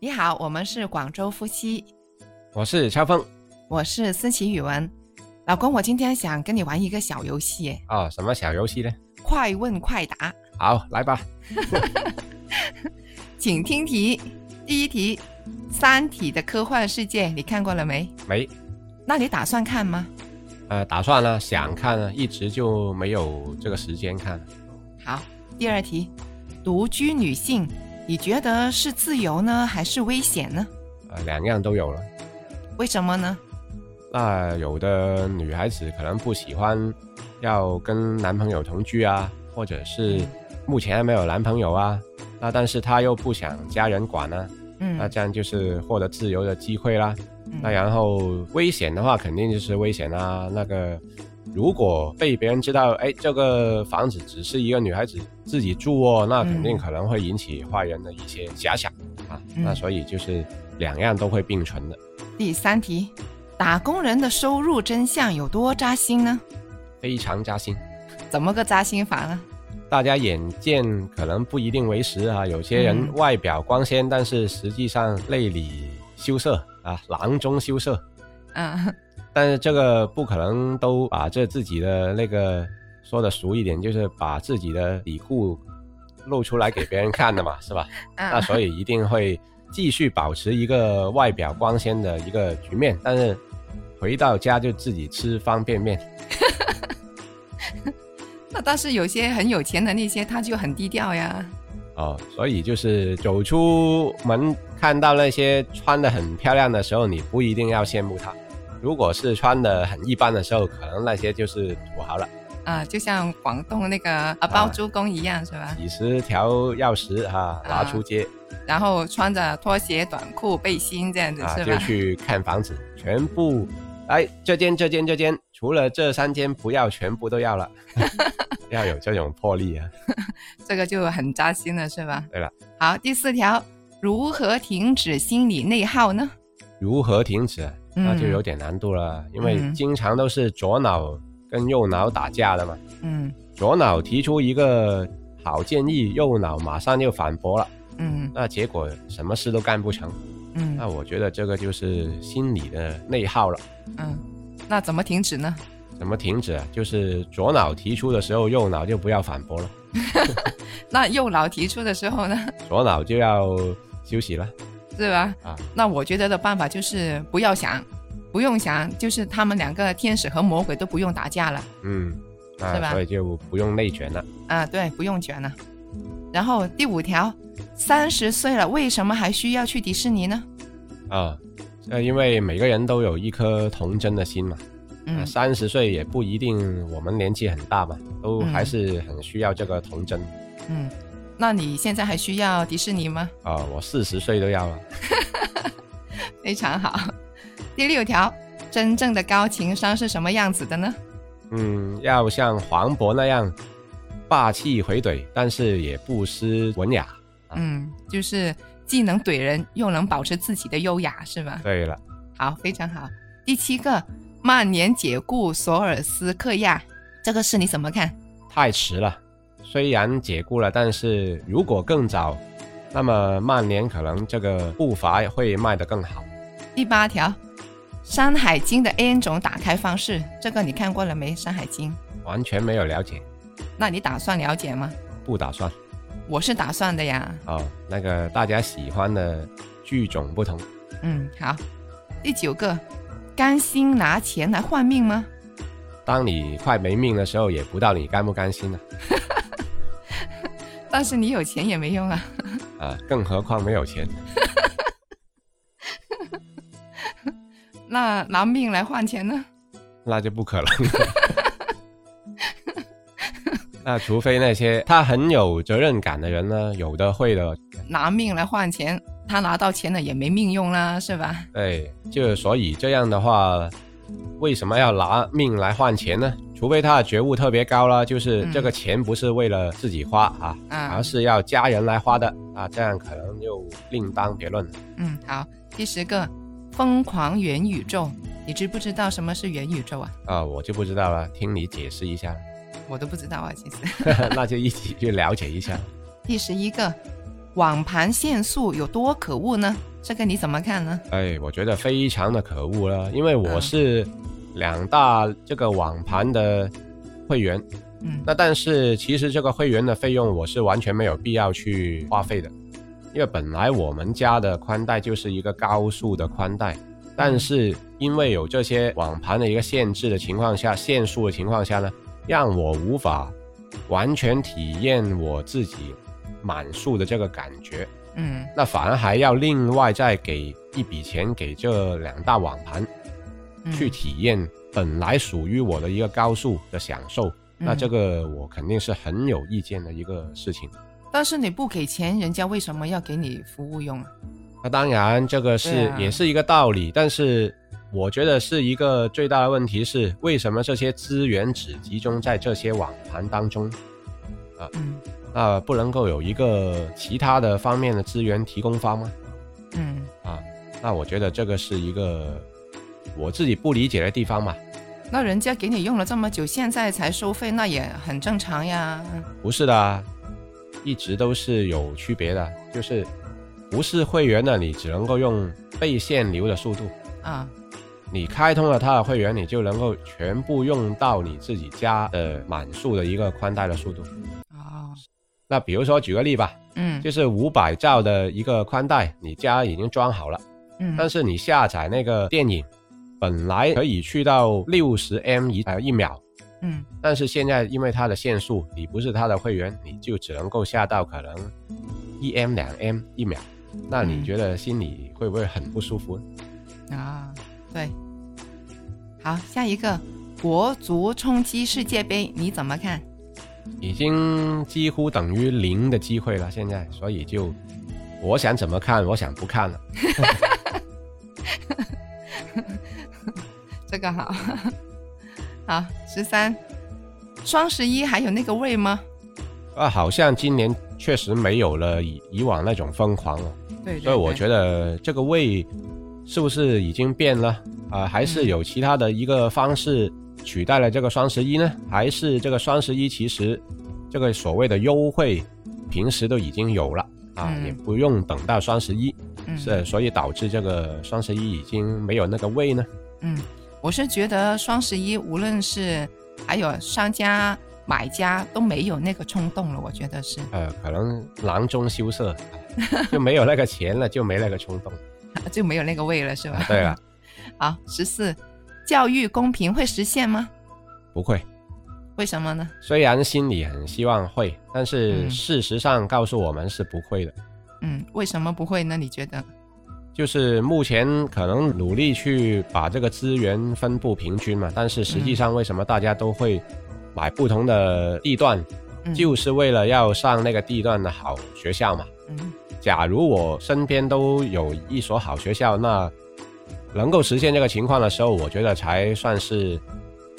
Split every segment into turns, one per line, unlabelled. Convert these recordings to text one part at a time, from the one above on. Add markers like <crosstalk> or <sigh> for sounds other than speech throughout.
你好，我们是广州夫妻，
我是超峰
我是思琪语文。老公，我今天想跟你玩一个小游戏耶，
哦，什么小游戏呢？
快问快答，
好，来吧。
请听题。第一题，《三体》的科幻世界你看过了没？
没，
那你打算看吗？
呃，打算呢，想看呢，一直就没有这个时间看。
好，第二题，独居女性，你觉得是自由呢，还是危险呢？
呃，两样都有了。
为什么呢？
那有的女孩子可能不喜欢要跟男朋友同居啊，或者是目前还没有男朋友啊，那但是她又不想家人管啊，哎
嗯，
那这样就是获得自由的机会啦。
嗯
那然后危险的话，肯定就是危险啦。那个如果被别人知道，哎，这个房子只是一个女孩子自己住哦，那肯定
嗯
可能会引起坏人的一些遐想啊。
嗯
那所以就是两样都会并存的，
第三题，打工人的收入真相有多扎心呢？
非常扎心。
怎么个扎心法呢？
大家眼见可能不一定为实啊，有些人
嗯
外表光鲜，但是实际上内里羞涩啊，囊中羞涩。
嗯
但是这个不可能都把这自己的那个说的俗一点，就是把自己的底裤露出来给别人看的嘛，是吧？那
嗯
所以一定会继续保持一个外表光鲜的一个局面，但是回到家就自己吃方便面。
那但是有些很有钱的那些，他就很低调呀。
哦，所以就是走出门看到那些穿的很漂亮的时候，你不一定要羡慕他。如果是穿的很一般的时候，可能那些就是土豪了，
啊，就像广东那个啊包租公一样，是吧？
几十条钥匙啊，拿出街
然后穿着拖鞋、短裤、背心这样子，
啊
是
就
吧？
去看房子，全部哎，这间这间这间，除了这三间不要，全部都
<laughs>
要了，要有这种魄力啊！
这个就很扎心了，是吧？
对了。
好，第四条，如何停止心理内耗呢？
如何停止，啊
嗯
那就有点难度了，因为
嗯
经常都是左脑跟右脑打架的嘛。
嗯
左脑提出一个好建议，右脑马上就反驳了，
嗯
那结果什么事都干不成。那
嗯
我觉得这个就是心理的内耗了。
嗯，那怎么停止呢？
怎么停止啊？就是左脑提出的时候，右脑就不要反驳了，
那右脑提出的时候呢， <laughs>
左脑就要休息了
是吧？
啊。
那我觉得的办法就是不要想，不用想，就是他们两个天使和魔鬼都不用打架了。
嗯，
是
那
吧
所以就不用内卷了。
啊，对，不用卷了。然后第五条，三十岁了，为什么还需要去迪士尼呢？
啊，呃，因为每个人都有一颗童真的心嘛，啊
嗯
三十岁也不一定我们年纪很大嘛，都
嗯
还是很需要这个童真啊、
嗯，那你现在还需要迪士尼吗？ <laughs>
啊我四十岁都要了。啊
非常好。第六条，真正的高情商是什么样子的呢？
嗯，要像黄渤那样霸气回怼，但是也不失文雅。啊
嗯，就是既能怼人，又能保持自己的优雅，是吧？
对了，
好，非常好。第七个，曼联解雇索尔斯克亚，这个事你怎么看？
太迟了。虽然解雇了，但是如果更早，那么曼联可能这个步伐会迈得更好。
第八条，《山海经》的 N 种打开方式，这个你看过了没？《山海经》，
完全没有了解，
那你打算了解吗？
不打算
我是打算的呀。
哦。那个大家喜欢的剧种不同，
嗯，好。第九个，甘心拿钱来换命吗？
当你快没命的时候，也不知道你甘不甘心呢、
但是你有钱也没用啊。
啊。更何况没有钱。
那拿命来换钱呢？
那就不可能。那除非那些他很有责任感的人呢，有的会的，
拿命来换钱，他拿到钱了也没命用啦，是吧？
对，哎就所以这样的话，为什么要拿命来换钱呢？除非他的觉悟特别高了，就是
嗯
这个钱不是为了自己花啊，
啊
而，是要家人来花的啊，这样可能就另当别论了。
嗯，好。第十个，疯狂元宇宙，你知不知道什么是元宇宙啊？
啊，我就不知道了，听你解释一下， <laughs>
我都不知道啊，其实。
那就一起去了解一下。
第十一个，网盘限速有多可恶呢？这个你怎么看呢？
哎，我觉得非常的可恶了，因为我
嗯
是两大这个网盘的会员，
嗯，
那但是其实这个会员的费用我是完全没有必要去花费的，因为本来我们家的宽带就是一个高速的宽带，但是因为有这些网盘的一个限制的情况下，限速的情况下呢，让我无法完全体验我自己满速的这个感觉，
嗯
那反而还要另外再给一笔钱给这两大网盘
嗯，
去体验本来属于我的一个高速的享受。那
嗯
这个我肯定是很有意见的一个事情。
但是你不给钱，人家为什么要给你服务用啊？
那当然，这个
对
是、
啊
也是一个道理，但是我觉得是一个最大的问题是，为什么这些资源只集中在这些网盘当中？
嗯
那不能够有一个其他的方面的资源提供方吗？
嗯，
啊，那我觉得这个是一个我自己不理解的地方嘛。啊
那人家给你用了这么久，现在才收费，那也很正常呀。
不是的啊，一直都是有区别的，就是不是会员的，你只能够用被限流的速度。
啊，
你开通了它的会员，你就能够全部用到你自己家的满速的一个宽带的速度。
哦，
那比如说举个例吧，
嗯
就是五百兆的一个宽带，你家已经装好了，
嗯，
但是你下载那个电影，本来可以去到六十 M 一呃一秒，
嗯
但是现在因为它的限速，你不是它的会员，你就只能够下到可能一 M 两 M 一秒，那你
嗯
觉得心里会不会很不舒服？
啊，对。好，下一个国足冲击世界杯，你怎么看？
已经几乎等于零的机会了，现在，所以就我想怎么看，我想不看了。
这个好， <laughs> 好十三，双十一还有那个味吗？
啊，好像今年确实没有了以以往那种疯狂了，
对对
所以我觉得这个味是不是已经变了啊、还是有其他的一个方式取代了这个双十一呢？还是这个双十一其实这个所谓的优惠平时都已经有了啊，
嗯
也不用等到双十一，
得嗯
是所以导致这个双十一已经没有那个味呢？
嗯，我是觉得双十一无论是还有商家、买家都没有那个冲动了，我觉得是 <laughs>
呃，可能囊中羞涩， <laughs> 就没有那个钱了，就没那个冲动。
就没有那个味了，是吧？
啊对
<laughs>
了，
好十四，教育公平会实现吗？
不会，
为什么呢？
虽然心里很希望会，但是
嗯
事实上告诉我们是不会的。
嗯，为什么不会呢？你觉得？
就是目前可能努力去把这个资源分布平均嘛，但是实际上为什么大家都会买不同的地段，
嗯
就是为了要上那个地段的好学校嘛。
嗯
假如我身边都有一所好学校，那能够实现这个情况的时候，我觉得才算是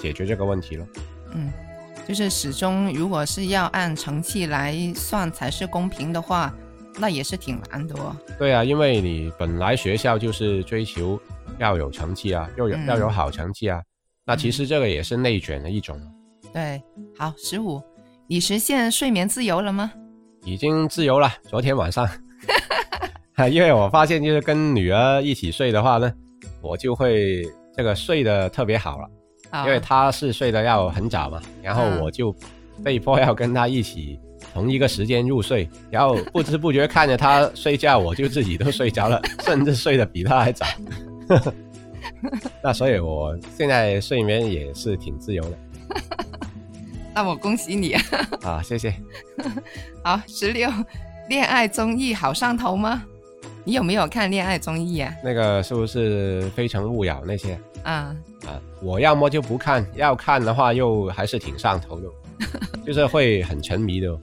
解决这个问题了。
嗯，就是始终如果是要按成绩来算才是公平的话，那也是挺难的哦。
对啊，因为你本来学校就是追求要有成绩啊，又有、
嗯
要有好成绩啊，那其实这个也是内卷的一种，
对，好十五，你实现睡眠自由了吗？
已经自由了。昨天晚上， <laughs> 因为我发现就是跟女儿一起睡的话呢，我就会这个睡得特别好了。
啊
因为他是睡得要很早嘛，然后
嗯
我就被迫要跟他一起同一个时间入睡，然后不知不觉看着他睡觉，我就自己都睡着了，甚至睡得比他
<laughs>
还早。那所以我现在睡眠也是挺自由的
那我恭喜你。
啊，谢谢。
好，十六，恋爱综艺好上头吗？你有没有看恋爱综艺呀、
那个是不是《非诚勿扰》那些
啊？
啊？我要么就不看，要看的话又还是挺上头的，就是会很沉迷的哦。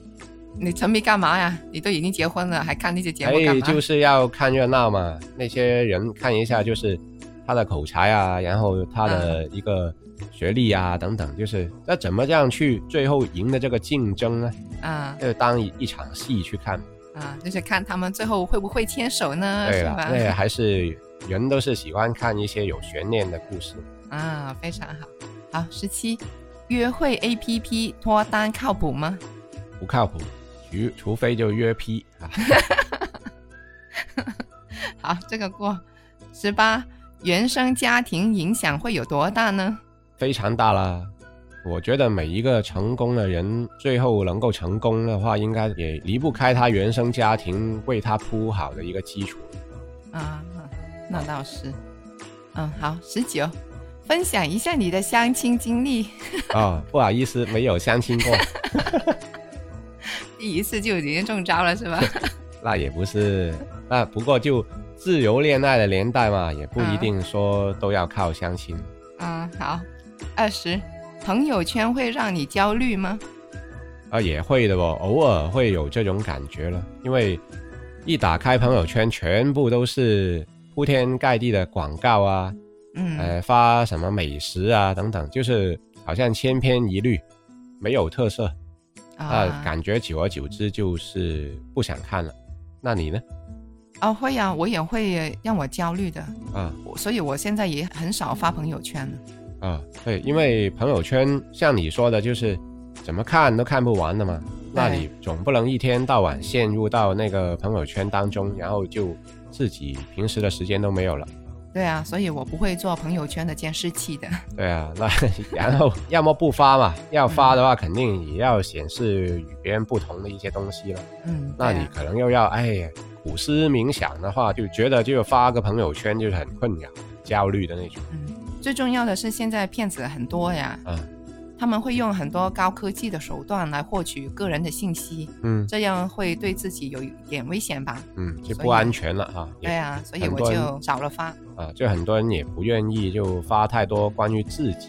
你沉迷干嘛呀？你都已经结婚了，还看那些节
所
目干
以
嘛？
哎就是要看热闹嘛，那些人看一下就是他的口才啊，然后他的
嗯
一个学历啊等等，就是那怎么这样去最后赢的这个竞争呢？
啊
就当一一场戏去看。
啊，就是看他们最后会不会牵手呢？
对
嗯是
了，
吧？
那还是人都是喜欢看一些有悬念的故事。
啊，非常好。好，十七，约会 A P P 脱单靠谱吗？ <laughs>
不靠谱，除除非就约批啊。
好，好，这个过。十八，原生家庭影响会有多大呢？
非常大啦。我觉得每一个成功的人，最后能够成功的话，应该也离不开他原生家庭为他铺好的一个基础。
啊，那倒是。嗯，好，十九，分享一下你的相亲经历。
<laughs> 哦，不好意思，没有相亲过，
第一次就已经中招了是吧？
那也不是，那不过就自由恋爱的年代嘛，也不一定说都要靠相亲。
嗯，好。二十，朋友圈会让你焦虑吗？
啊，也会的哦，偶尔会有这种感觉了，因为一打开朋友圈，全部都是铺天盖地的广告啊，
嗯
呃，发什么美食啊等等，就是好像千篇一律，没有特色，
啊
那啊感觉久而久之就是不想看了。那你呢？
啊会啊，我也会让我焦虑的，
啊
我所以我现在也很少发朋友圈了。
啊，对，因为朋友圈像你说的，就是怎么看都看不完的嘛。那
对
你总不能一天到晚陷入到那个朋友圈当中，然后就自己平时的时间都没有了。
对啊，所以我不会做朋友圈的监视器的。 <laughs>
对啊，那 <laughs> 然后要么不发嘛，要发的话肯定也要显示与别人不同的一些东西了。
嗯，
那
对啊
你可能又要哎呀苦思冥想的话，就觉得就发个朋友圈就是很困扰、很焦虑的那种
嗯，最重要的是现在骗子很多呀，
啊。
他们会用很多高科技的手段来获取个人的信息，
嗯
这样会对自己有一点危险吧？
嗯，
所
就
以
不安全了啊。也
对啊，所以
很
我
多人
就少了发。
啊，就很多人也不愿意就发太多关于自己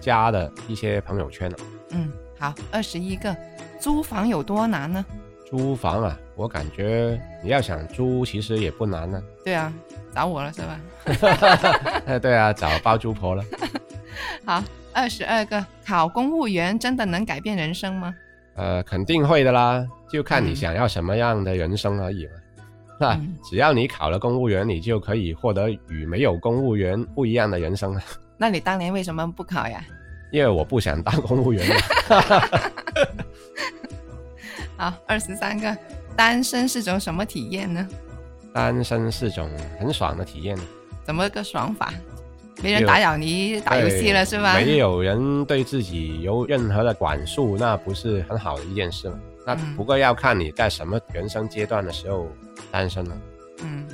家的一些朋友圈了。
嗯，好，二十一个，租房有多难呢？
租房啊，我感觉你要想租其实也不难呢、
对啊，找我了是吧？
哎， <laughs> 对啊，找包租婆了。
好，二十二个，考公务员真的能改变人生吗？
呃，肯定会的啦，就看你
嗯
想要什么样的人生而已嘛。那
嗯
只要你考了公务员，你就可以获得与没有公务员不一样的人生了。
那你当年为什么不考呀？
因为我不想当公务员嘛 <laughs>
好，二十三个，单身是种什么体验呢？
单身是种很爽的体验。啊
怎么个爽法？没人
有
打扰你打游戏了
对
是吧？
哎没有人对自己有任何的管束，那不是很好的一件事嘛？那
嗯
不过要看你在什么人生阶段的时候单身了。啊
嗯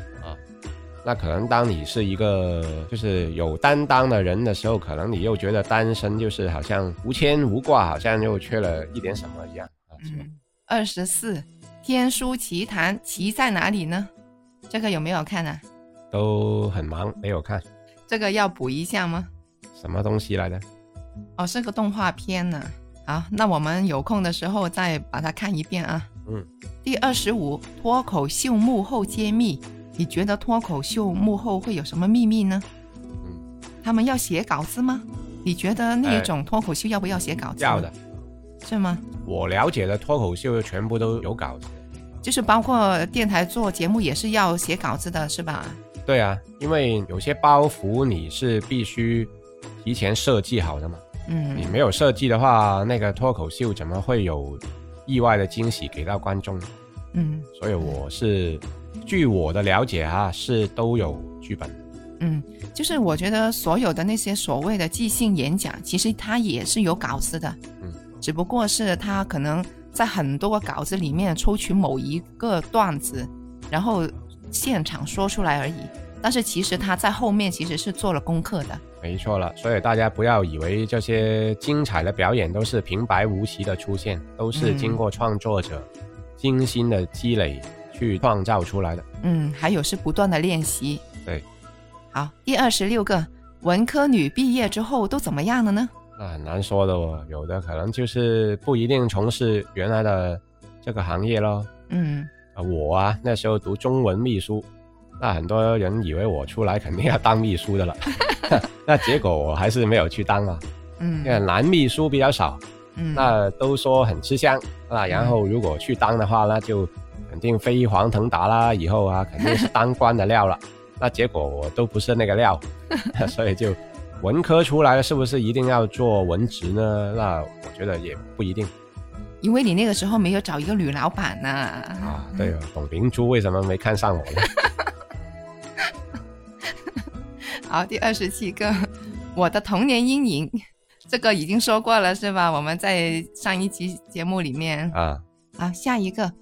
那可能当你是一个就是有担当的人的时候，可能你又觉得单身就是好像无牵无挂，好像又缺了一点什么一样啊。是吧
嗯。二十四，《天书奇谭》奇在哪里呢？这个有没有看啊？
都很忙，没有看
这个要补一下吗？
什么东西来的。
哦，是个动画片呢、好，那我们有空的时候再把它看一遍啊。
嗯。
第二十五，脱口秀幕后揭秘。你觉得脱口秀幕后会有什么秘密呢？
嗯，
他们要写稿子吗？你觉得那
哎
种脱口秀要不要写稿子？
要的，，
是吗？
我了解的脱口秀全部都有稿子。
就是包括电台做节目也是要写稿子的，是吧？
对啊，因为有些包袱你是必须提前设计好的嘛，你
嗯，
没有设计的话，那个脱口秀怎么会有意外的惊喜给到观众呢？
嗯
所以我是，据我的了解啊，是都有剧本的。
嗯，就是我觉得所有的那些所谓的即兴演讲，其实它也是有稿子的，
嗯，
只不过是它可能在很多个稿子里面抽取某一个段子，然后现场说出来而已。但是其实他在后面其实是做了功课的，
没错了，所以大家不要以为这些精彩的表演都是平白无奇的出现，都是经过创作者精心的积累去创造出来的。
嗯，还有是不断的练习。
对，
好，第二十六个，文科女毕业之后都怎么样了呢？
那很难说的哦，有的可能就是不一定从事原来的这个行业咯。
嗯，
啊，我啊那时候读中文秘书，那很多人以为我出来肯定要当秘书的了， <laughs> 那结果我还是没有去当啊。
嗯
因为男秘书比较少，
嗯，
那都说很吃香啊，然后如果去当的话，那就肯定飞黄腾达啦，以后啊肯定是当官的料了。那结果我都不是那个料， <laughs> 所以就文科出来了，是不是一定要做文职呢？那我觉得也不一定
因为你那个时候没有找一个女老板呐、
啊啊。对哦，董明珠为什么没看上我呢？
好，第二十七个，我的童年阴影，这个已经说过了是吧？我们在上一期节目里面
啊，
好，下一个，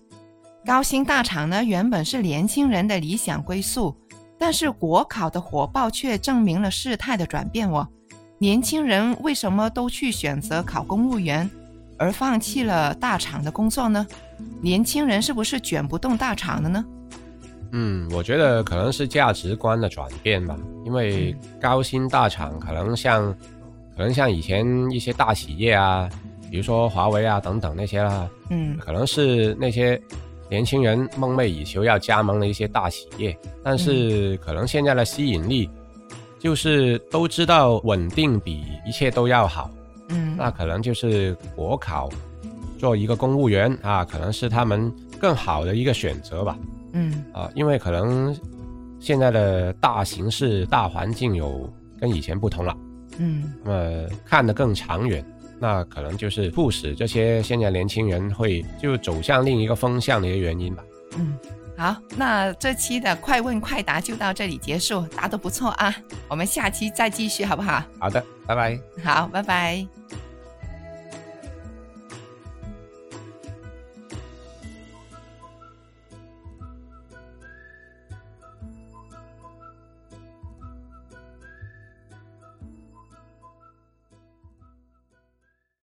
高新大厂呢原本是年轻人的理想归宿，但是国考的火爆却证明了事态的转变哦。年轻人为什么都去选择考公务员，而放弃了大厂的工作呢？年轻人是不是卷不动大厂了呢？
嗯，我觉得可能是价值观的转变吧，因为高薪大厂可能像，可能像以前一些大企业啊，比如说华为啊等等那些啦、
嗯
可能是那些年轻人梦寐以求要加盟的一些大企业，但是可能现在的吸引力就是都知道稳定比一切都要好，
嗯
那可能就是国考做一个公务员啊，可能是他们更好的一个选择吧。
嗯
啊，因为可能现在的大形势、大环境有跟以前不同了，
嗯
那么呃看得更长远，那可能就是促使这些现在年轻人会就走向另一个风向的一个原因吧。
嗯。好，那这期的快问快答就到这里结束，答得不错啊，我们下期再继续好不好？
好的，拜拜。
好，拜拜。